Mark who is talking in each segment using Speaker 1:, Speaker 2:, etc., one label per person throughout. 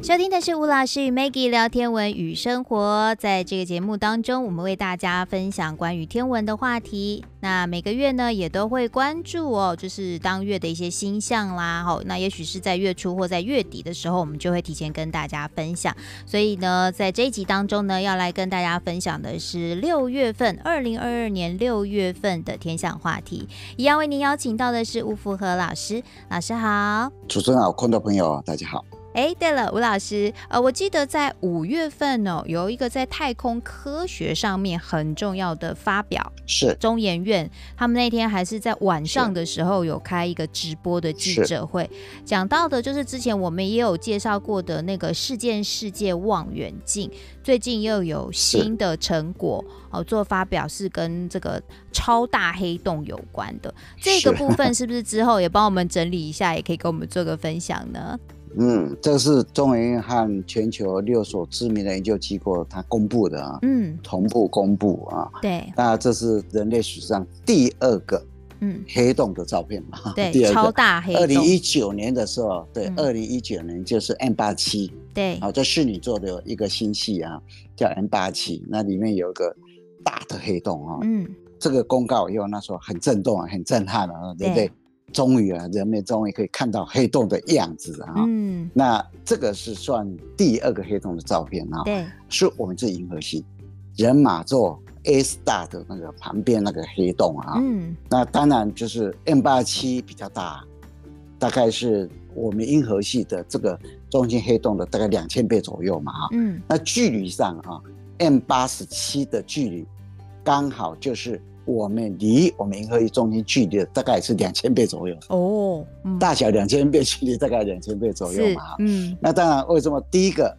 Speaker 1: 收听的是吴老师与 Maggie 聊天文与生活，在这个节目当中，我们为大家分享关于天文的话题。那每个月呢，也都会关注哦，就是当月的一些星象啦。好，那也许是在月初或在月底的时候，我们就会提前跟大家分享。所以呢，在这一集当中呢，要来跟大家分享的是六月份，二零二二年六月份的天象话题。一样为您邀请到的是吴福和老师，老师好。
Speaker 2: 主持人好，空的朋友大家好。
Speaker 1: 哎，对了，吴老师，呃，我记得在五月份哦，有一个在太空科学上面很重要的发表，
Speaker 2: 是
Speaker 1: 中研院他们那天还是在晚上的时候有开一个直播的记者会，讲到的就是之前我们也有介绍过的那个事件世界望远镜，最近又有新的成果哦，做发表是跟这个超大黑洞有关的，这个
Speaker 2: 是
Speaker 1: 部分是不是之后也帮我们整理一下，也可以给我们做个分享呢？
Speaker 2: 嗯，这是中研院和全球六所知名的研究机构它公布的啊，
Speaker 1: 嗯，
Speaker 2: 同步公布啊。
Speaker 1: 对，
Speaker 2: 那这是人类史上第二个
Speaker 1: 嗯。
Speaker 2: 黑洞的照片嘛？啊第
Speaker 1: 对，
Speaker 2: 二
Speaker 1: 超
Speaker 2: 个。
Speaker 1: 大黑
Speaker 2: 二零
Speaker 1: 洞，
Speaker 2: 一九年的时候，对
Speaker 1: 嗯，
Speaker 2: 二零一九年就是 M 八七
Speaker 1: 对，
Speaker 2: 啊，这是你做的一个星系啊，叫 M 八七，那里面有一个大的黑洞啊，
Speaker 1: 嗯，
Speaker 2: 这个公告以后，那时候很震动啊，很震撼啊，对不对？终于啊，人类终于可以看到黑洞的样子啊。
Speaker 1: 嗯，
Speaker 2: 那这个是算第二个黑洞的照片啊，
Speaker 1: 对，
Speaker 2: 是我们这银河系人马座 A star 的那个旁边那个黑洞啊。
Speaker 1: 嗯，
Speaker 2: 那当然就是 M 八七比较大，大概是我们银河系的这个中心黑洞的大概两千倍左右嘛啊。
Speaker 1: 嗯，
Speaker 2: 那距离上啊，M 八十七的距离刚好就是我们离我们银河系中心距离的大概是两千倍左右，
Speaker 1: 哦，嗯
Speaker 2: 大小两千倍，距离大概两千倍左右
Speaker 1: 是
Speaker 2: 嘛。
Speaker 1: 嗯，
Speaker 2: 那当然，为什么第一个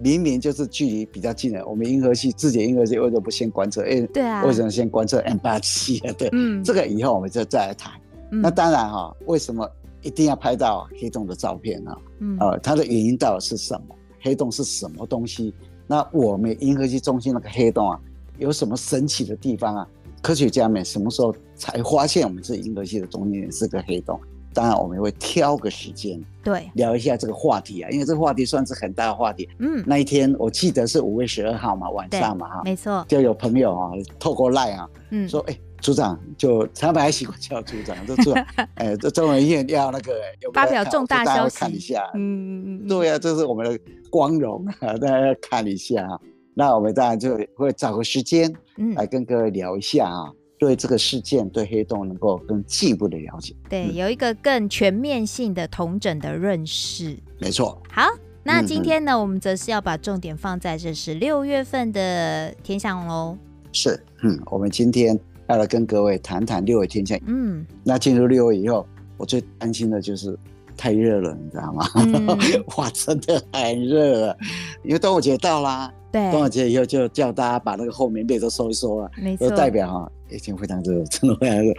Speaker 2: 明明就是距离比较近的，我们银河系自己的银河系为什么不先观测？哎、
Speaker 1: 对啊，
Speaker 2: 为什么先观测 M 八七 啊？对，
Speaker 1: 嗯，
Speaker 2: 这个以后我们就再来谈。
Speaker 1: 嗯
Speaker 2: 那当然哈、为什么一定要拍到黑洞的照片呢、
Speaker 1: 嗯，
Speaker 2: 呃，它的原因到底是什么？黑洞是什么东西？那我们银河系中心那个黑洞啊，有什么神奇的地方啊？科学家们什么时候才发现我们这银河系的中心是个黑洞？当然，我们会挑个时间
Speaker 1: 对，
Speaker 2: 聊一下这个话题啊，因为这个话题算是很大的话题。
Speaker 1: 嗯，
Speaker 2: 那一天我记得是五月十二号嘛，晚
Speaker 1: 对
Speaker 2: 上嘛哈，
Speaker 1: 没错，
Speaker 2: 就有朋友啊透过 LINE 啊
Speaker 1: 嗯，
Speaker 2: 说，哎、组长就他们还习惯叫组长，这 组长，哎、这中文院要那个有没有
Speaker 1: 发表
Speaker 2: 看
Speaker 1: 重
Speaker 2: 我说
Speaker 1: 大
Speaker 2: 大家
Speaker 1: 消
Speaker 2: 会
Speaker 1: 息
Speaker 2: 看一下，
Speaker 1: 嗯嗯嗯，
Speaker 2: 对啊呀、这是我们的光荣啊，大家看一下啊。那我们当然就会找个时间
Speaker 1: 嗯，
Speaker 2: 来
Speaker 1: 嗯，
Speaker 2: 跟各位聊一下啊，对这个事件、对黑洞能够更进一步的了解。
Speaker 1: 对，
Speaker 2: 嗯
Speaker 1: 有一个更全面性的同整的认识。
Speaker 2: 没错，
Speaker 1: 好，那
Speaker 2: 嗯
Speaker 1: 今
Speaker 2: 嗯
Speaker 1: 天呢，我们则是要把重点放在这是六月份的天象喽。
Speaker 2: 是，嗯，我们今天要来跟各位谈谈六月天象。
Speaker 1: 嗯
Speaker 2: 那进入六月以后，我最担心的就是太热了，你知道吗？
Speaker 1: 嗯，
Speaker 2: 哇，真的很热了，因为端午节到啦，
Speaker 1: 对，
Speaker 2: 端午节以后就叫大家把那个厚棉被都收一收啊，
Speaker 1: 没错
Speaker 2: 就，代表哈已经非常热， 真的非常热。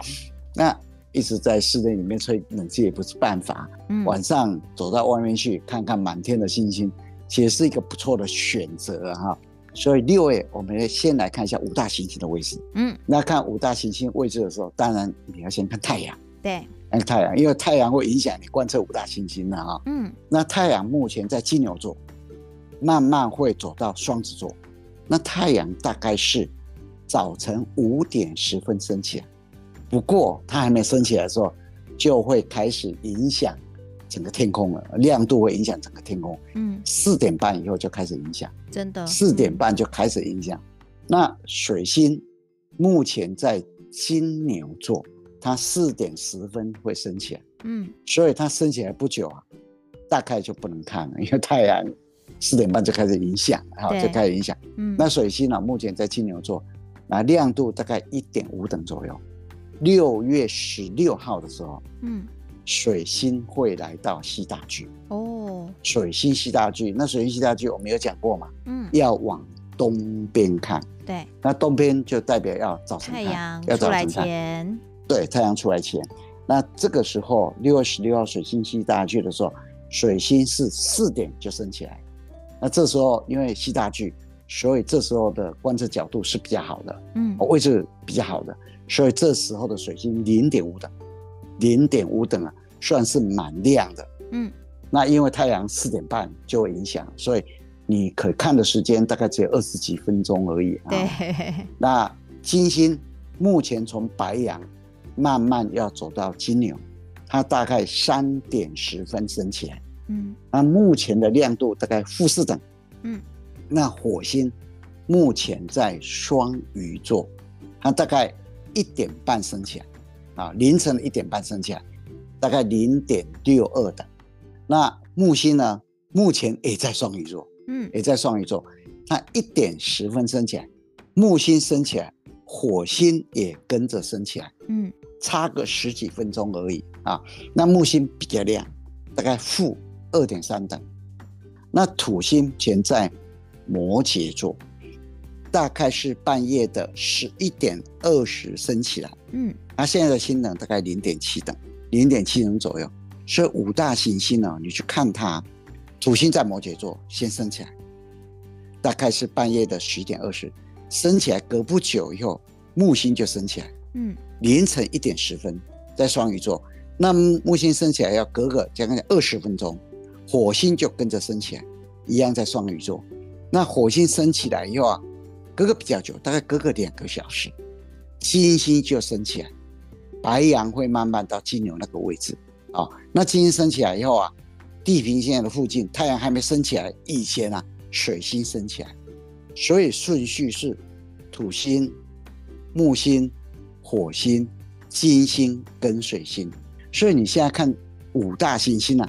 Speaker 2: 那一直在室内里面吹冷气也不是办法，
Speaker 1: 嗯
Speaker 2: 晚上走到外面去看看满天的星星，其实是一个不错的选择啊哈、所以六月我们先来看一下五大行星的位置。
Speaker 1: 嗯，
Speaker 2: 那看五大行星位置的时候，当然你要先看太阳，
Speaker 1: 对，
Speaker 2: 看太阳，因为太阳会影响你观测五大行星的啊。
Speaker 1: 嗯
Speaker 2: 那太阳目前在金牛座，慢慢会走到双子座。那太阳大概是早晨五点十分升起来，不过它还没升起来的时候，就会开始影响整个天空了，亮度会影响整个天空。
Speaker 1: 嗯，
Speaker 2: 四点半以后就开始影响，
Speaker 1: 真的，
Speaker 2: 四点
Speaker 1: 嗯，
Speaker 2: 半就开始影响。那水星目前在金牛座，它四点十分会升起来。
Speaker 1: 嗯
Speaker 2: 所以它升起来不久啊，大概就不能看了， 因为太阳四点半就开始影响，好
Speaker 1: 对
Speaker 2: 就开始影响。
Speaker 1: 嗯，
Speaker 2: 那水星呢、目前在金牛座，那亮度大概一点五等左右。六月十六号的时候，
Speaker 1: 嗯
Speaker 2: 水星会来到西大距，
Speaker 1: 哦，
Speaker 2: 水星西大距，那水星西大距我们有讲过嘛，
Speaker 1: 嗯，
Speaker 2: 要往东边看，
Speaker 1: 对，
Speaker 2: 那东边就代表要早晨
Speaker 1: 太
Speaker 2: 看，
Speaker 1: 阳
Speaker 2: 要
Speaker 1: 出
Speaker 2: 早
Speaker 1: 来
Speaker 2: 晨看。
Speaker 1: 前，
Speaker 2: 对，太阳出来前，那这个时候六月十六号水星西大距的时候，水星是四点就升起来，那这时候因为西大距，所以这时候的观测角度是比较好的，
Speaker 1: 嗯
Speaker 2: 哦位置比较好的，所以这时候的水星零点五等，零点五等啊，算是蛮亮的。
Speaker 1: 嗯
Speaker 2: 那因为太阳四点半就会影响，所以你可看的时间大概只有二十几分钟而已啊。
Speaker 1: 对，
Speaker 2: 那金星目前从白羊慢慢要走到金牛，它大概三点十分升起来。
Speaker 1: 嗯
Speaker 2: 那目前的亮度大概负四等。
Speaker 1: 嗯，
Speaker 2: 那火星目前在双鱼座，它大概一点半升起来，啊，凌晨一点半升起来，大概零点六二等。那木星呢，目前也在双鱼座，
Speaker 1: 嗯
Speaker 2: 也在双鱼座，它一点十分升起来，木星升起来，火星也跟着升起来，
Speaker 1: 嗯
Speaker 2: 差个十几分钟而已啊。那木星比较亮，大概负二点三等。那土星全在摩羯座，大概是半夜的十一点二十升起来。
Speaker 1: 嗯
Speaker 2: 它现在的星能大概零点七等，零点七等左右。所以五大行星呢，你去看它，土星在摩羯座先升起来，大概是半夜的十点二十升起来，隔不久以后木星就升起来。
Speaker 1: 嗯
Speaker 2: 凌晨一点十分，在双鱼座。那木星升起来要隔个将近二十分钟，火星就跟着升起来，一样在双鱼座。那火星升起来以后啊，隔个比较久，大概隔个两个小时，金星就升起来，白羊会慢慢到金牛那个位置啊、那金星升起来以后啊，地平线的附近，太阳还没升起来以前啊，水星升起来，所以顺序是土星、木星、火星、金星跟水星。所以你现在看五大行星啊，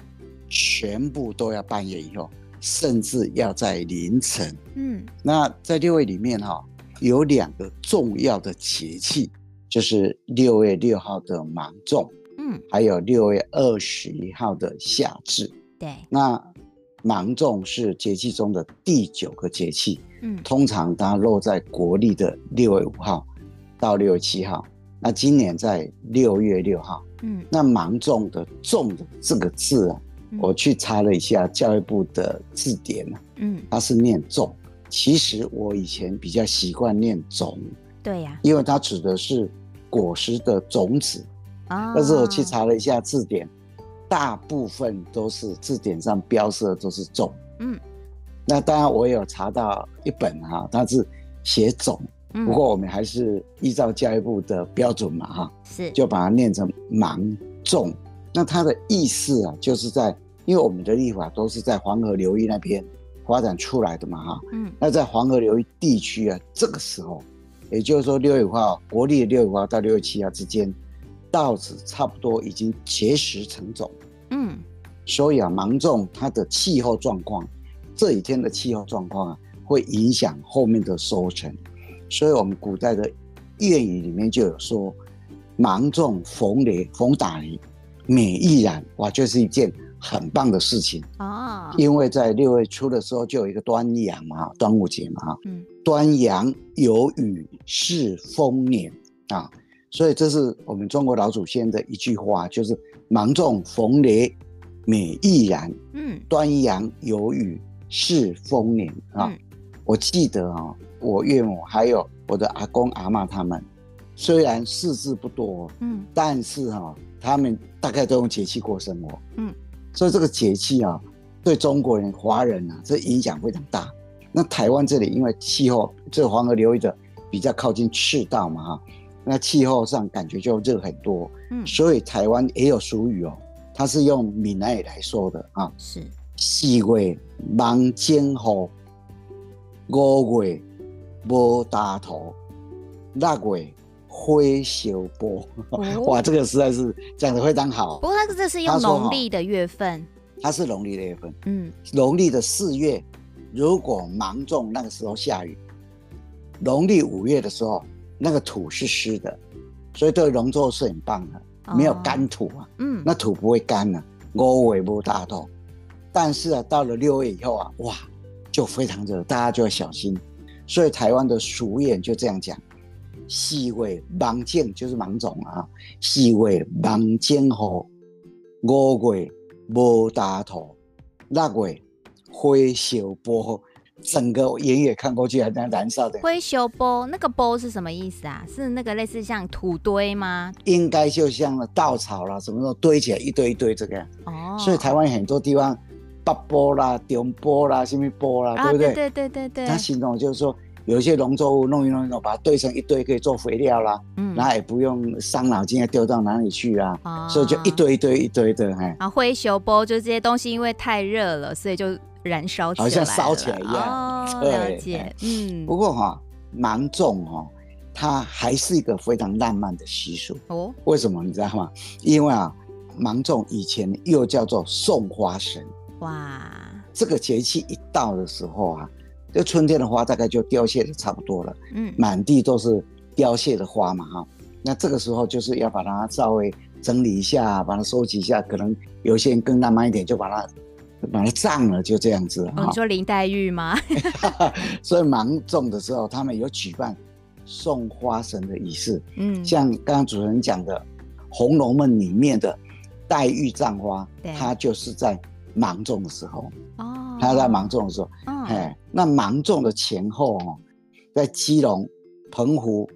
Speaker 2: 全部都要半夜以后，甚至要在凌晨。
Speaker 1: 嗯
Speaker 2: 那在六月里面哈、有两个重要的节气，就是六月六号的芒种，
Speaker 1: 嗯，
Speaker 2: 还有六月二十一号的夏至。
Speaker 1: 对，
Speaker 2: 那芒种是节气中的第九个节气，
Speaker 1: 嗯
Speaker 2: 通常它落在国历的六月五号到六月七号，那今年在六月六号。
Speaker 1: 嗯，
Speaker 2: 那芒种的“种”的这个字啊，
Speaker 1: 嗯
Speaker 2: 我去查了一下教育部的字典啊，
Speaker 1: 嗯
Speaker 2: 它是念“种”。其实我以前比较习惯念“种
Speaker 1: 对呀”，，
Speaker 2: 因为它指的是果实的种子。
Speaker 1: 啊，
Speaker 2: 但是我去查了一下字典，大部分都是字典上标示的都是种。
Speaker 1: 嗯，
Speaker 2: 那当然我有查到一本哈、它是写种，
Speaker 1: 嗯，
Speaker 2: 不过我们还是依照教育部的标准嘛哈、
Speaker 1: 是
Speaker 2: 就把它念成芒种。那它的意思啊，就是在因为我们的历法都是在黄河流域那边发展出来的嘛哈、
Speaker 1: 嗯
Speaker 2: 那在黄河流域地区啊，这个时候，也就是说六月五号，国历的六月五号到六月七号之间，稻子差不多已经结实成种，
Speaker 1: 嗯
Speaker 2: 所以啊，芒种它的气候状况，这几天的气候状况啊，会影响后面的收成，所以我们古代的谚语里面就有说，芒种逢雷逢打雷，美亦然，哇，就是一件很棒的事情。
Speaker 1: 哦，
Speaker 2: 因为在六月初的时候就有一个端阳嘛，端午节嘛，
Speaker 1: 嗯
Speaker 2: 端阳有雨是丰年啊，所以这是我们中国老祖先的一句话，就是芒种逢雷，美亦然，
Speaker 1: 嗯
Speaker 2: 端阳有雨是丰年啊。
Speaker 1: 嗯
Speaker 2: 我记得啊、我岳母还有我的阿公阿嬷他们，虽然识字不多，
Speaker 1: 嗯
Speaker 2: 但是哈、他们大概都用节气过生活。
Speaker 1: 嗯，
Speaker 2: 所以这个节气啊，对中国人、华人啊，这影响非常大。那台湾这里因为气候，这黄河流域的比较靠近赤道嘛哈，那气候上感觉就热很多，
Speaker 1: 嗯
Speaker 2: 所以台湾也有俗语哦，它是用闽南语来说的啊，
Speaker 1: 是
Speaker 2: 四月忙煎雨，五月无大头，六月火烧波。哇，
Speaker 1: 哦，
Speaker 2: 这个实在是讲的非常好
Speaker 1: 不。过那个这是用
Speaker 2: 他说
Speaker 1: 农
Speaker 2: 哈
Speaker 1: 历的月份，
Speaker 2: 它是农历的月份，
Speaker 1: 嗯
Speaker 2: 农历的四月，如果芒种那个时候下雨，农历五月的时候，那个土是湿的，所以对农作是很棒的，没有
Speaker 1: 哦
Speaker 2: 干土啊，
Speaker 1: 嗯
Speaker 2: 那土不会干啊，五月不大痛。但是啊，到了六月以后啊，哇，就非常热，大家就要小心。所以台湾的俗谚就这样讲：四月芒种就是芒种啊，四月芒种雨，五月无大土，六月火烧波。整个远远看过去，好像燃烧的，
Speaker 1: 灰修波那个波是什么意思啊？是那个类似像土堆吗？
Speaker 2: 应该就像稻草啦，什么时候堆起来一堆一堆这个样。
Speaker 1: 哦，
Speaker 2: 所以台湾很多地方，北波啦、中波啦、什么波啦，
Speaker 1: 啊，
Speaker 2: 对不
Speaker 1: 对
Speaker 2: 对？
Speaker 1: 对对对对，
Speaker 2: 他形容就是说，有一些农作物弄一弄一弄，把它堆成一堆，可以做肥料啦，
Speaker 1: 嗯
Speaker 2: 然后也不用伤脑筋要丢到哪里去啦。
Speaker 1: 啊
Speaker 2: 所以就一堆一堆一堆的，哎，
Speaker 1: 啊，灰球波就这些东西，因为太热了，所以就燃烧起来
Speaker 2: 好
Speaker 1: 了，
Speaker 2: 像烧起来一样
Speaker 1: 哦，
Speaker 2: 对哎
Speaker 1: 了解，嗯，
Speaker 2: 不过哈、芒种哈、它还是一个非常浪漫的习俗。
Speaker 1: 哦，
Speaker 2: 为什么你知道吗？因为啊，芒种以前又叫做送花神，
Speaker 1: 哇，
Speaker 2: 这个节气一到的时候啊，就春天的花大概就凋谢的差不多了，
Speaker 1: 嗯，
Speaker 2: 满地都是凋谢的花嘛哈、那这个时候就是要把它稍微整理一下，把它收集一下，可能有些人更浪漫一点，就把它把它葬了，就这样子了哈、
Speaker 1: 哦你说林黛玉吗？
Speaker 2: 所以芒种的时候，他们有举办送花神的仪式，
Speaker 1: 嗯，
Speaker 2: 像刚刚主持人讲的，《红楼梦》里面的黛玉葬花
Speaker 1: 对，
Speaker 2: 它就是在芒种的时候，
Speaker 1: 哦，
Speaker 2: 它在芒种的时候，
Speaker 1: 嗯，
Speaker 2: 哎，那芒种的前后哦，在基隆、澎湖、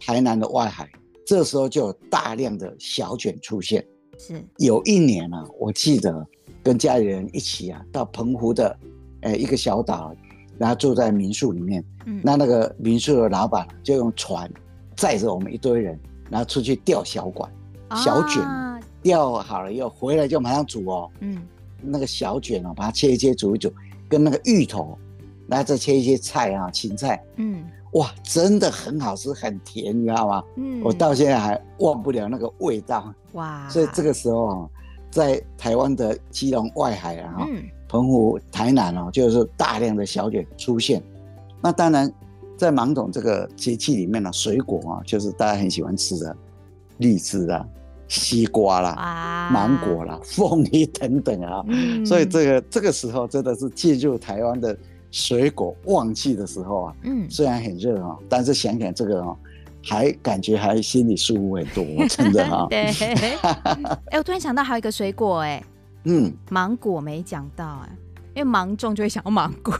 Speaker 2: 台南的外海，这时候就有大量的小卷出现。
Speaker 1: 是，
Speaker 2: 有一年啊，我记得跟家里人一起啊，到澎湖的，呃，一个小岛，然后住在民宿里面。
Speaker 1: 嗯，
Speaker 2: 那那个民宿的老板就用船载着我们一堆人，然后出去钓小管，小卷
Speaker 1: 啊
Speaker 2: 钓好了以后回来就马上煮哦。
Speaker 1: 嗯，
Speaker 2: 那个小卷哦，把它切一切煮一煮，跟那个芋头，然后再切一些菜啊，芹菜，
Speaker 1: 嗯
Speaker 2: 哇，真的很好吃，很甜，你知道吗？
Speaker 1: 嗯，
Speaker 2: 我到现在还忘不了那个味道。啊
Speaker 1: 哇，
Speaker 2: 所以这个时候啊，在台湾的基隆外海啊，
Speaker 1: 嗯
Speaker 2: 澎湖、台南啊，就是大量的小卷出现。那当然，在芒种这个节气里面呢、水果啊，就是大家很喜欢吃的，荔枝啊、西瓜啦、
Speaker 1: 哇，
Speaker 2: 芒果啦、凤梨等等啊。
Speaker 1: 啊嗯，
Speaker 2: 所以这个这个时候真的是进入台湾的水果旺季的时候啊，
Speaker 1: 嗯
Speaker 2: 虽然很热啊，但是想想这个啊，还感觉还心里舒服很多， 真的啊。
Speaker 1: 对，哎，我突然想到还有一个水果，哎，
Speaker 2: 嗯，
Speaker 1: 芒果没讲到，哎，因为芒种就会想要芒 果，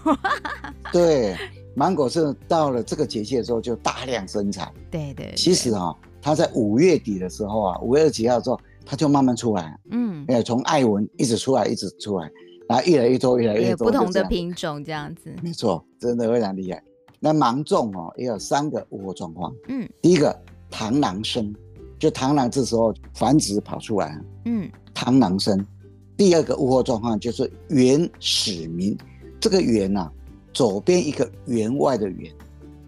Speaker 2: 对，芒果是到了这个节气的时候就大量生产。
Speaker 1: 对对，
Speaker 2: 其实啊、它在五月底的时候啊，五月二十几号的时候，它就慢慢出来，
Speaker 1: 嗯，
Speaker 2: 哎，从艾文一直出来，一直出来，然后越来越多，越来
Speaker 1: 也
Speaker 2: 越
Speaker 1: 有
Speaker 2: 多，
Speaker 1: 不同
Speaker 2: 就这
Speaker 1: 的
Speaker 2: 样，
Speaker 1: 品种这样子，
Speaker 2: 没错，真的非常厉害。那芒种哦，也有三个物候状况。
Speaker 1: 嗯
Speaker 2: 第一个，螳螂生，就螳螂这时候繁殖跑出来啊，
Speaker 1: 嗯
Speaker 2: 螳螂生。第二个物候状况就是原始民，这个原呐、啊，左边一个员外的员，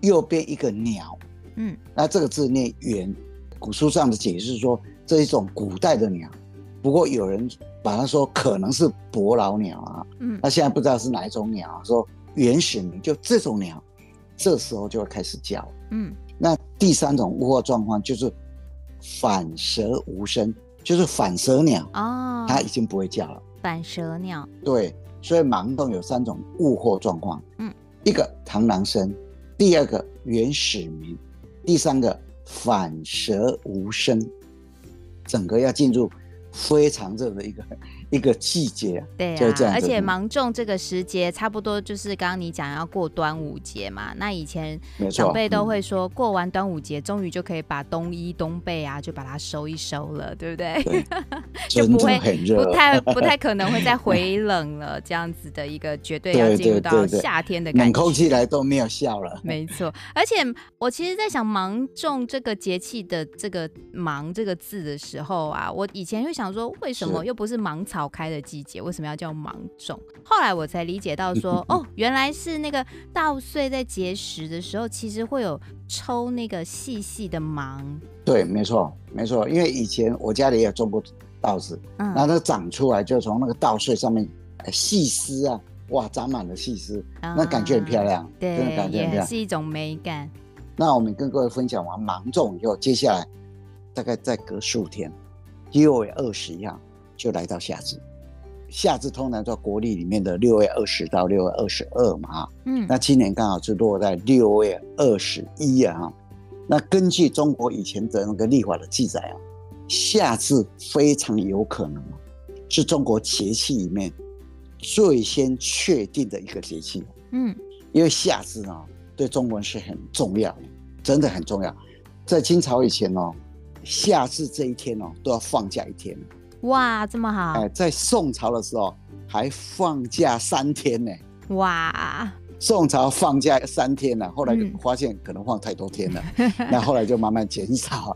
Speaker 2: 右边一个鸟，
Speaker 1: 嗯
Speaker 2: 那这个字念猿，古书上的解释说这是一种古代的鸟，不过有人把它说可能是伯劳鸟啊，
Speaker 1: 嗯
Speaker 2: 那现在不知道是哪一种鸟、啊，说原始名就这种鸟，这时候就会开始叫。
Speaker 1: 嗯，
Speaker 2: 那第三种物候状况就是反舌无声，就是反舌鸟，
Speaker 1: 哦，
Speaker 2: 它已经不会叫了。
Speaker 1: 反蛇鸟，
Speaker 2: 对，所以盲洞有三种物候状况，
Speaker 1: 嗯，
Speaker 2: 一个螳螂声，第二个原始鸣，第三个反舌无声，整个要进入非常热的一个一个季节啊，
Speaker 1: 对
Speaker 2: 就这
Speaker 1: 啊，
Speaker 2: 样
Speaker 1: 而
Speaker 2: 子
Speaker 1: 且
Speaker 2: 嗯
Speaker 1: 芒种这个时节差不多就是刚刚你讲要过端午节嘛，那以前
Speaker 2: 没错，
Speaker 1: 长辈都
Speaker 2: 嗯
Speaker 1: 会说，过完端午节，终于就可以把冬衣冬被啊，就把它收一收了，对不对？
Speaker 2: 对
Speaker 1: 就
Speaker 2: 真
Speaker 1: 不
Speaker 2: 的
Speaker 1: 会
Speaker 2: 很热，
Speaker 1: 不太不太可能会再回冷了，这样子的一个绝对要
Speaker 2: 对
Speaker 1: 进入
Speaker 2: 对
Speaker 1: 到
Speaker 2: 对对
Speaker 1: 夏天的感
Speaker 2: 冷
Speaker 1: 觉。
Speaker 2: 空气来都没有笑了，
Speaker 1: 没错，而且我其实，在想“芒种”这个节气的这个“芒”这个字的时候啊，我以前会想说，为什么
Speaker 2: 是
Speaker 1: 又不是芒草开的季节，为什么要叫芒种？后来我才理解到 说，哦，原来是那个稻穗在结实的时候，其实会有抽那个细细的芒，
Speaker 2: 对，没错没错，因为以前我家里也种过稻子，然后
Speaker 1: 嗯，
Speaker 2: 它长出来就从那个稻穗上面呃细丝啊，哇，长满了细丝。那感觉很漂
Speaker 1: 啊，
Speaker 2: 亮，
Speaker 1: 对
Speaker 2: 真的感，觉
Speaker 1: 也
Speaker 2: 很漂亮。
Speaker 1: 是一种美感。
Speaker 2: 那我们跟各位分享完芒种以后，接下来大概再隔数天，六月二十一号就来到夏至。夏至通常在国历里面的六月二十到六月二十二嘛，
Speaker 1: 嗯，
Speaker 2: 那今年刚好是落在六月二十一啊。那根据中国以前的那个历法的记载啊，夏至非常有可能啊是中国节气里面最先确定的一个节气。啊
Speaker 1: 嗯
Speaker 2: 因为夏至呢对中国人是很重要的，真的很重要。在清朝以前哦，夏至这一天哦都要放假一天，
Speaker 1: 哇，这么好
Speaker 2: 哎、在宋朝的时候还放假三天呢。
Speaker 1: 哇，
Speaker 2: 宋朝放假三天了、后来
Speaker 1: 嗯
Speaker 2: 发现可能放太多天了，那后来就慢慢减少。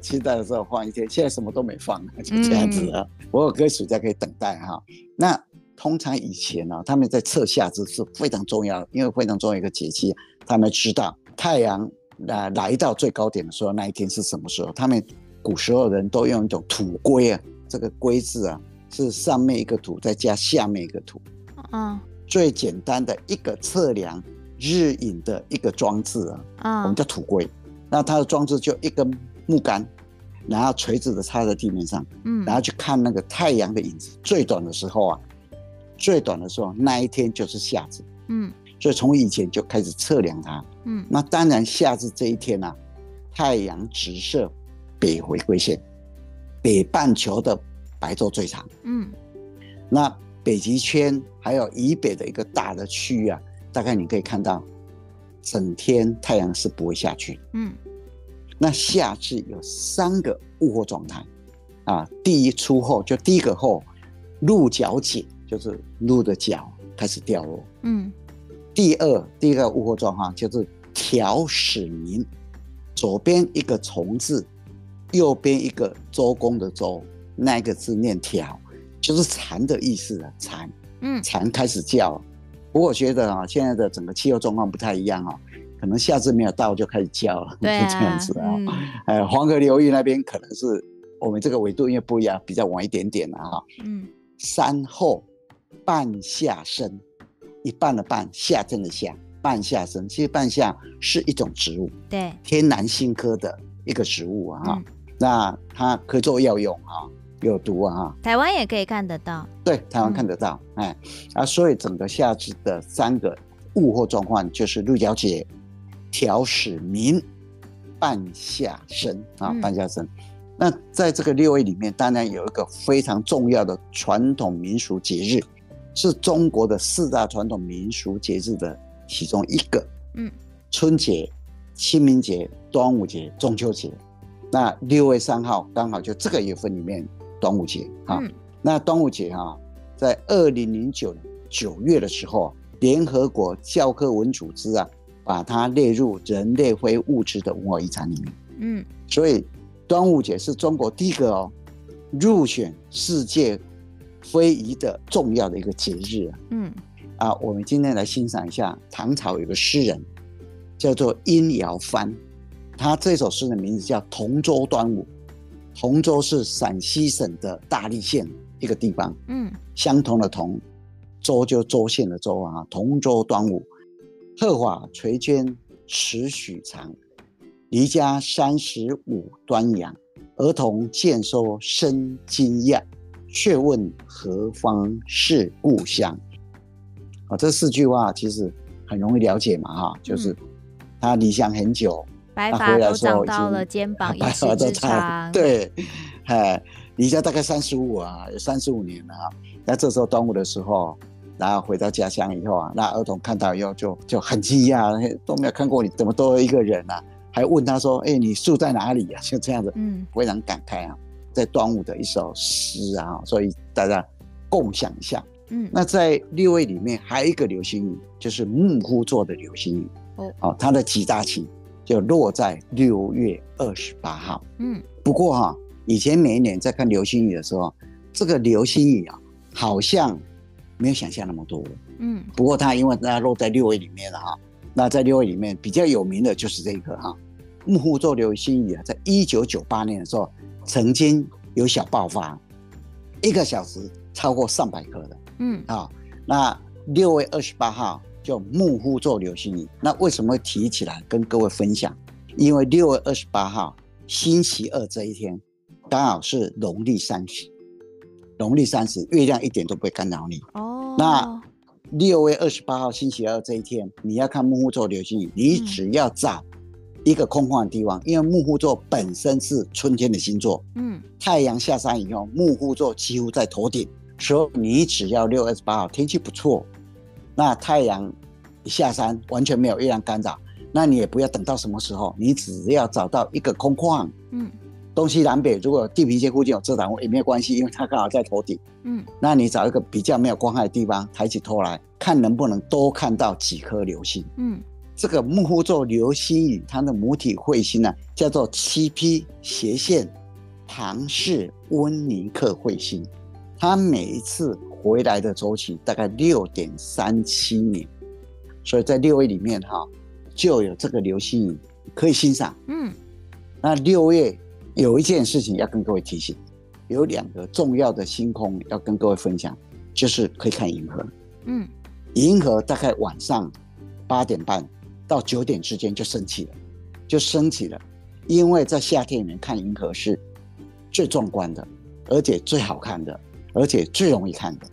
Speaker 2: 清代的时候放一天，现在什么都没放，就这样子啊了。我有个暑假可以等待哈。那通常以前呢、他们在测夏至是非常重要的，因为非常重要一个节气，他们知道太阳啊、呃来到最高点的时候那一天是什么时候。他们古时候人都用一种土龟啊，这个龟字啊是上面一个土再加下面一个土。
Speaker 1: 嗯
Speaker 2: 最简单的一个测量日影的一个装置啊，我
Speaker 1: 嗯
Speaker 2: 们叫土龟。那它的装置就一根木杆，然后垂直的插在地面上，
Speaker 1: 嗯
Speaker 2: 然后去看那个太阳的影子。最短的时候啊，最短的时候那一天就是夏至，
Speaker 1: 嗯
Speaker 2: 所以从以前就开始测量它。
Speaker 1: 嗯
Speaker 2: 那当然，夏至这一天啊，太阳直射北回归线，北半球的白昼最长。
Speaker 1: 嗯
Speaker 2: 那北极圈还有以北的一个大的区域啊，大概你可以看到，整天太阳是不会下去。
Speaker 1: 嗯
Speaker 2: 那夏至有三个物候状态，啊，第一出后就第一个后，鹿角解就是鹿的角开始掉落。
Speaker 1: 嗯
Speaker 2: 第二，第一个物候状况就是条史民，左边一个虫字，右边一个周公的周，那一个字念条，就是蝉的意思啊，蝉。
Speaker 1: 嗯
Speaker 2: 蝉开始叫。不过我觉得啊，现在的整个气候状况不太一样啊，可能夏至没有到就开始叫了，
Speaker 1: 对
Speaker 2: 就
Speaker 1: 啊，
Speaker 2: 这样子啊。
Speaker 1: 嗯
Speaker 2: 呃，黄河流域那边可能是我们这个纬度因为不一样，比较晚一点点了啊。
Speaker 1: 嗯
Speaker 2: 山后半夏生，一半的半，夏天的夏，半夏生。其实半夏是一种植物，
Speaker 1: 对，
Speaker 2: 天南星科的一个植物啊。
Speaker 1: 嗯
Speaker 2: 那它可以做药用啊，有毒啊。
Speaker 1: 台湾也可以看得到，
Speaker 2: 对，台湾
Speaker 1: 嗯
Speaker 2: 看得到，哎，啊，所以整个夏至的三个物候状况就是鹿角解、调史民、半夏生啊
Speaker 1: 嗯，
Speaker 2: 半夏生。那在这个六位里面，当然有一个非常重要的传统民俗节日，是中国的四大传统民俗节日的其中一个。
Speaker 1: 嗯，
Speaker 2: 春节、清明节、端午节、中秋节。那六月三号刚好就这个月份里面端午节啊。
Speaker 1: 嗯
Speaker 2: 那端午节啊，在二零零九年九月的时候啊，联合国教科文组织啊，把它列入人类非物质的文化遗产里面。
Speaker 1: 嗯
Speaker 2: 所以，端午节是中国第一个哦，入选世界非遗的重要的一个节日啊。
Speaker 1: 嗯
Speaker 2: 啊，我们今天来欣赏一下唐朝有个诗人，叫做殷尧藩，他这首诗的名字叫《同州端午》。同州是陕西省的大荔县一个地方，
Speaker 1: 嗯
Speaker 2: 相同的同，州就州县的州啊。同州端午，鹤发垂肩尺许长，离家三十五端阳。儿童见收生惊讶，却问何方是故乡。啊，这四句话其实很容易了解嘛，哈，就是他离乡很久，
Speaker 1: 白
Speaker 2: 他
Speaker 1: 发
Speaker 2: 回来
Speaker 1: 都
Speaker 2: 的时
Speaker 1: 长
Speaker 2: 候已经
Speaker 1: 到了肩膀，一
Speaker 2: 白
Speaker 1: 尺
Speaker 2: 发
Speaker 1: 之
Speaker 2: 都差
Speaker 1: 长，
Speaker 2: 不，对，哎，离家大概三十五啊，有三十五年了、啊。那这时候端午的时候，然后回到家乡以后啊，那儿童看到以后就就很惊讶，嘿都没有看过你，怎么多一个人啊？还问他说：“哎、你住在哪里呀、 就这样子，
Speaker 1: 嗯
Speaker 2: 非常感慨啊，在端午的一首诗啊，所以大家共享一下。
Speaker 1: 嗯
Speaker 2: 那在六位里面还有一个流星雨，就是木呼座的流星雨。
Speaker 1: 哦
Speaker 2: 哦，它的极大期就落在六月二十八号。
Speaker 1: 嗯
Speaker 2: 不过哈、以前每一年在看流星雨的时候，这个流星雨啊，好像没有想象那么多。
Speaker 1: 嗯
Speaker 2: 不过它因为它落在六位里面了哈、那在六位里面比较有名的就是这个哈、木户座流星雨啊，在一九九八年的时候曾经有小爆发，一个小时超过上百颗的。
Speaker 1: 嗯
Speaker 2: 啊、那六月二十八号就木户座流星雨。那为什么会提起来跟各位分享？因为六月二十八号星期二这一天，刚好是农历三十，农历三十，月亮一点都不会干扰你。
Speaker 1: 哦，
Speaker 2: 那六月二十八号星期二这一天，你要看木户座流星雨，你
Speaker 1: 嗯
Speaker 2: 只要找一个空旷的地方，因为木户座本身是春天的星座，
Speaker 1: 嗯
Speaker 2: 太阳下山以后，木户座几乎在头顶，所以你只要六月二十八号天气不错，那太阳下山完全没有月亮干扰，那你也不要等到什么时候，你只要找到一个空旷，
Speaker 1: 嗯
Speaker 2: 东西南北如果地平线附近有遮挡物也没有关系，因为它刚好在头顶。
Speaker 1: 嗯
Speaker 2: 那你找一个比较没有光害的地方，抬起头来看能不能多看到几颗流星。
Speaker 1: 嗯
Speaker 2: 这个木户座流星雨，它的母体彗星呢、叫做七 P 斜线庞氏温尼克彗星，它每一次回来的周期大概六点三七年，所以在六月里面哈、就有这个流星雨可以欣赏。
Speaker 1: 嗯
Speaker 2: 那六月有一件事情要跟各位提醒，有两个重要的星空要跟各位分享，就是可以看银河。
Speaker 1: 嗯
Speaker 2: 银河大概晚上八点半到九点之间就升起了，就升起了，因为在夏天里面看银河是最壮观的，而且最好看的，而且最容易看的，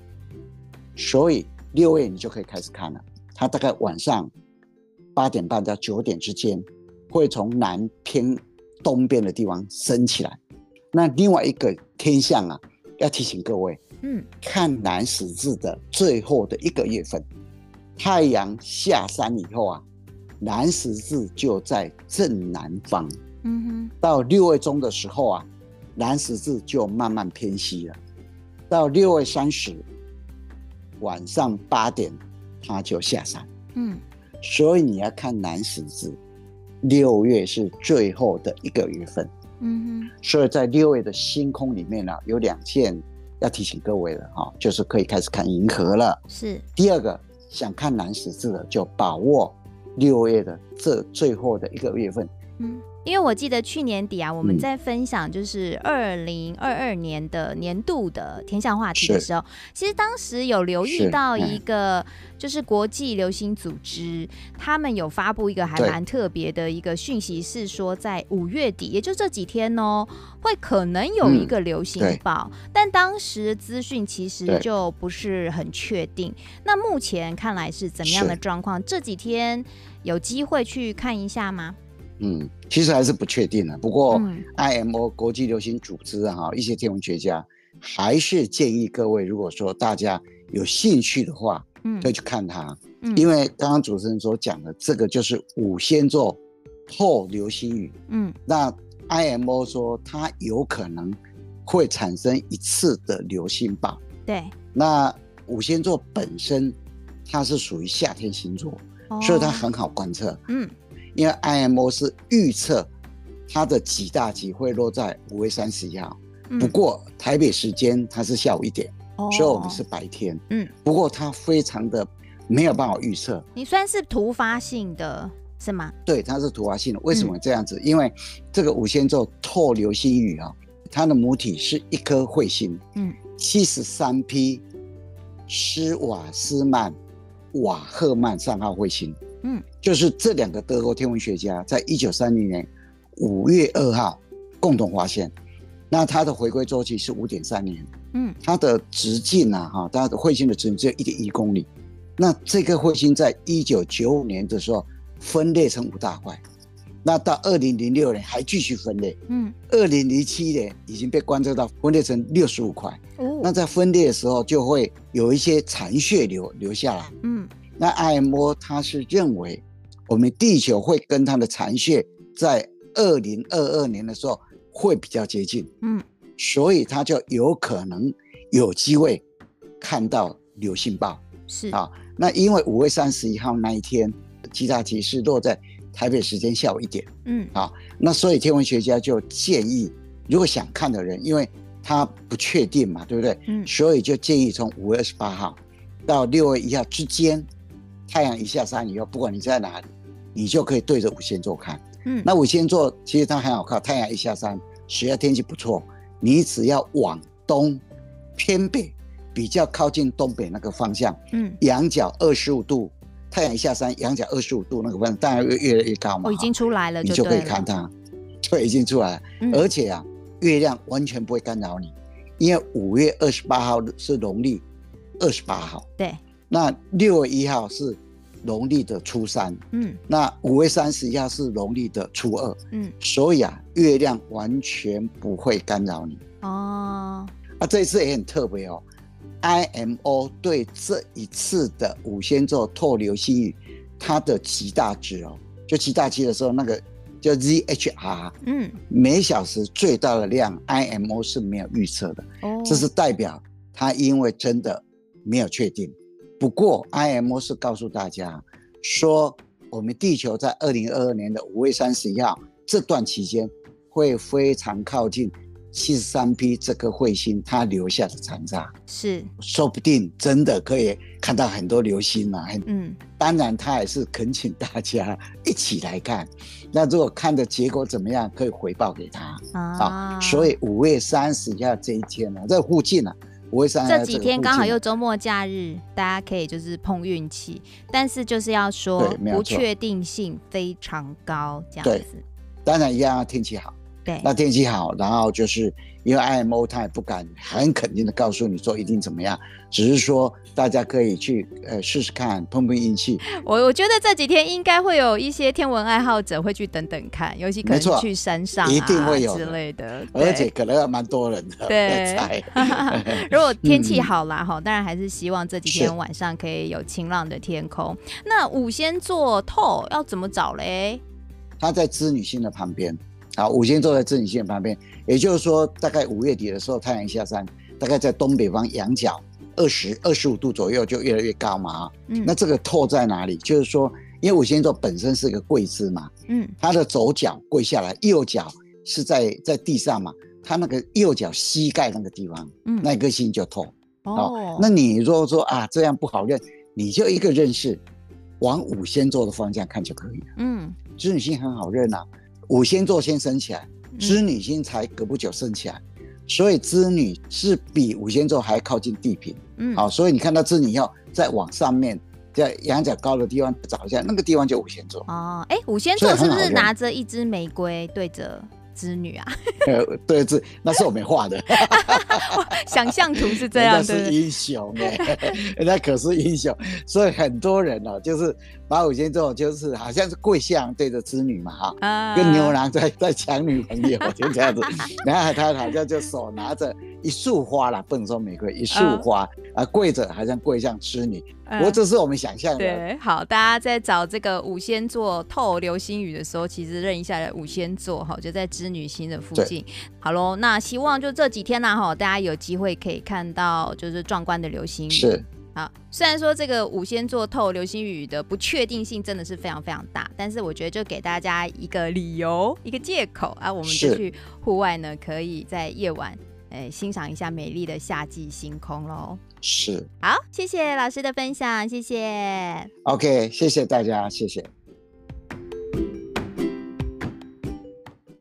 Speaker 2: 所以六月你就可以开始看了。它大概晚上八点半到九点之间会从南偏东边的地方升起来。那另外一个天象啊，要提醒各位，
Speaker 1: 嗯
Speaker 2: 看南十字的最后的一个月份，太阳下山以后啊，南十字就在正南方。
Speaker 1: 嗯
Speaker 2: 到六月中的时候啊，南十字就慢慢偏西了。到六月三十晚上八点，它就下山。
Speaker 1: 哼嗯
Speaker 2: 所以你要看南十字，六月是最后的一个月份。
Speaker 1: 嗯
Speaker 2: 所以在六月的星空里面呢、啊有两件要提醒各位了哈、就是可以开始看银河了。
Speaker 1: 哼，是
Speaker 2: 第二个，想看南十字的就把握六月的这最后的一个月份，
Speaker 1: 嗯。因为我记得去年底啊，我们
Speaker 2: 嗯
Speaker 1: 在分享就是二零二二年的年度的天象话题
Speaker 2: 是
Speaker 1: 的时候，其实当时有留意
Speaker 2: 是
Speaker 1: 到
Speaker 2: 嗯
Speaker 1: 一个就是国际流行组织，他们有发布一个还
Speaker 2: 对
Speaker 1: 蛮特别的一个讯息，是说在五月底，也就这几天哦，会可能有一
Speaker 2: 嗯
Speaker 1: 个流行
Speaker 2: 对
Speaker 1: 报，但当时资讯其实
Speaker 2: 对
Speaker 1: 就不是很确定。那目前看来是怎么样的
Speaker 2: 是
Speaker 1: 状况？这几天有机会去看一下吗？
Speaker 2: 嗯，其实还是不确定的。不过
Speaker 1: 嗯
Speaker 2: IMO 国际流行组织啊哈、一些天文学家还是建议各位，如果说大家有兴趣的话，
Speaker 1: 嗯
Speaker 2: 可以去看它，
Speaker 1: 嗯
Speaker 2: 因为刚刚主持人所讲的这个就是五仙座后流星雨。
Speaker 1: 嗯
Speaker 2: 那 IMO 说它有可能会产生一次的流星暴。
Speaker 1: 对，
Speaker 2: 那五仙座本身它是属于夏天星座，
Speaker 1: 哦
Speaker 2: 所以它很好观测。
Speaker 1: 嗯
Speaker 2: 因为 IMO 是预测它的几大级会落在五月三十一号，
Speaker 1: 嗯
Speaker 2: 不过台北时间它是下午一点，
Speaker 1: 哦
Speaker 2: 所以我们是白天。
Speaker 1: 嗯，
Speaker 2: 不过它非常的没有办法预测，
Speaker 1: 你算是突发性的是吗？
Speaker 2: 对，它是突发性的。为什
Speaker 1: 嗯
Speaker 2: 么这样子？因为这个五仙座透流星雨啊，它的母体是一颗彗星，
Speaker 1: 嗯，
Speaker 2: 七十三 P 施瓦斯曼瓦赫曼三号彗星，
Speaker 1: 嗯，
Speaker 2: 就是这两个德国天文学家在一九三零年五月二号共同发现。那它的回归周期是五点三年，
Speaker 1: 嗯
Speaker 2: 它的直径啊，哈，它的彗星的直径只有一点一公里。那这个彗星在一九九五年的时候分裂成五大块，那到二零零六年还继续分裂，
Speaker 1: 嗯
Speaker 2: 二零零七年已经被观测到分裂成六十五块。那
Speaker 1: 哦
Speaker 2: 在分裂的时候就会有一些残屑留留下来。
Speaker 1: 嗯
Speaker 2: 那 IMO 它是认为我们地球会跟它的残屑在二零二二年的时候会比较接近，
Speaker 1: 嗯
Speaker 2: 所以它就有可能有机会看到流星暴
Speaker 1: 是
Speaker 2: 啊。那因为五月三十一号那一天，吉大提是落在台北时间下午一点。
Speaker 1: 嗯
Speaker 2: 那所以天文学家就建议，如果想看的人，因为他不确定嘛，对不对？
Speaker 1: 嗯
Speaker 2: 所以就建议从五月二十八号到六月一号之间，太阳一下山以后，不管你在哪里，你就可以对着五仙座看。
Speaker 1: 嗯
Speaker 2: 那五仙座其实它很好看，太阳一下山，只要天气不错，你只要往东偏北，比较靠近东北那个方向，
Speaker 1: 嗯
Speaker 2: 仰角二十五度，太阳一下山，仰角二十五度那个方向，当然越越来越高嘛。
Speaker 1: 哦我已经出来了，
Speaker 2: 你
Speaker 1: 就
Speaker 2: 呃就可以
Speaker 1: 对了
Speaker 2: 看它，对，已经出来了。
Speaker 1: 嗯
Speaker 2: 而且啊，月亮完全不会干扰你，因为五月二十八号是农历二十八号，
Speaker 1: 对，
Speaker 2: 那六月一号是农历的初三，
Speaker 1: 嗯
Speaker 2: 那五月三十一号是农历的初二，
Speaker 1: 嗯
Speaker 2: 所以啊，月亮完全不会干扰你。
Speaker 1: 哦
Speaker 2: 啊，这一次也很特别哦。IMO 对这一次的五仙座透流星雨它的极大值哦，就极大值的时候，那个叫 ZHR，
Speaker 1: 嗯，
Speaker 2: 每小时最大的量 IMO 是没有预测的，
Speaker 1: 哦，
Speaker 2: 这是代表它因为真的没有确定。不过 IMO 是告诉大家说，我们地球在二零二二年的五月三十一号这段期间会非常靠近七十三 P 这颗彗星它留下的残渣，
Speaker 1: 是，
Speaker 2: 说不定真的可以看到很多流星啊，很
Speaker 1: 嗯，
Speaker 2: 当然，他也是恳请大家 一起来看。那如果看的结果怎么样，可以回报给他
Speaker 1: 啊，
Speaker 2: 啊。所以五月三十号这一天呢、在附近呢、啊，五月三十
Speaker 1: 这几天刚好又周末假日，大家可以就是碰运气，但是就是要说
Speaker 2: 对没有
Speaker 1: 不
Speaker 2: 错
Speaker 1: 确定性非常高，这样
Speaker 2: 对
Speaker 1: 子，
Speaker 2: 当然一样要啊天气好。
Speaker 1: 对，
Speaker 2: 那天气好，然后就是因为 IMO 他也不敢很肯定的告诉你说一定怎么样，只是说大家可以去呃试试看碰碰运气。
Speaker 1: 我我觉得这几天应该会有一些天文爱好者会去等等看，尤其可
Speaker 2: 没错
Speaker 1: 能去山上、啊、
Speaker 2: 一定会有
Speaker 1: 之
Speaker 2: 的
Speaker 1: 类的，
Speaker 2: 而
Speaker 1: 对
Speaker 2: 且可能要蛮多人的，
Speaker 1: 对
Speaker 2: 猜
Speaker 1: 如果天气
Speaker 2: 嗯
Speaker 1: 好啦，哈、当然还是希望这几
Speaker 2: 是
Speaker 1: 天晚上可以有晴朗的天空。那五仙座透要怎么找嘞？
Speaker 2: 它在织女星的旁边，啊，五星座在织女星的旁边，也就是说，大概五月底的时候，太阳下山，大概在东北方仰角二十二十五度左右就越来越高嘛啊。
Speaker 1: 嗯
Speaker 2: 那这个透在哪里？就是说，因为五星座本身是一个跪姿嘛，
Speaker 1: 嗯
Speaker 2: 它的左脚跪下来，右脚是在在地上嘛，它那个右脚膝盖那个地方，
Speaker 1: 嗯，
Speaker 2: 那一颗星就透。
Speaker 1: 哦，
Speaker 2: 那你如果说啊这样不好认，你就一个认识，往五仙座的方向看就可以了。
Speaker 1: 嗯
Speaker 2: 织女星很好认啊，五仙座先升起来，
Speaker 1: 嗯
Speaker 2: 织女星才隔不久升起来，所以织女是比五仙座还靠近地平。
Speaker 1: 嗯。
Speaker 2: 好、所以你看到织女要再往上面，在羊角高的地方找一下，那个地方就五仙座
Speaker 1: 哦，哎、五仙
Speaker 2: 所以
Speaker 1: 座
Speaker 2: 很
Speaker 1: 是不
Speaker 2: 好
Speaker 1: 是
Speaker 2: 认
Speaker 1: 拿着一支玫瑰对着织女啊？
Speaker 2: 呃对，这那是我没画的，
Speaker 1: 想象图是 这
Speaker 2: 那
Speaker 1: 样，对不
Speaker 2: 是
Speaker 1: 对？
Speaker 2: 英雄哎、那可是英雄。所以很多人啊，就是把五仙座就是好像是跪像对着织女嘛哈、
Speaker 1: 啊
Speaker 2: 跟牛郎在在抢女朋友，就 这样子。然后他好像就手拿着一束花啦，不能说玫瑰，一束
Speaker 1: 嗯
Speaker 2: 花啊，跪着好像跪像织女。不
Speaker 1: 嗯
Speaker 2: 过这是我们想象的，
Speaker 1: 对，好，大家在找这个五仙座透流星雨的时候，其实认一下五仙座哈，就在织女星的附
Speaker 2: 对
Speaker 1: 近。好喽，那希望就这几天啦、哈，大家有机会可以看到就是壮观的流星雨。
Speaker 2: 是
Speaker 1: 啊，虽然说这个五仙座透流星雨的不确定性真的是非常非常大，但是我觉得就给大家一个理由、一个借口啊，我们就是去户外呢，可以在夜晚。诶，欣赏一下美丽的夏季星空喽！
Speaker 2: 是。
Speaker 1: 好，谢谢老师的分享，谢谢。
Speaker 2: OK，谢谢大家，谢谢。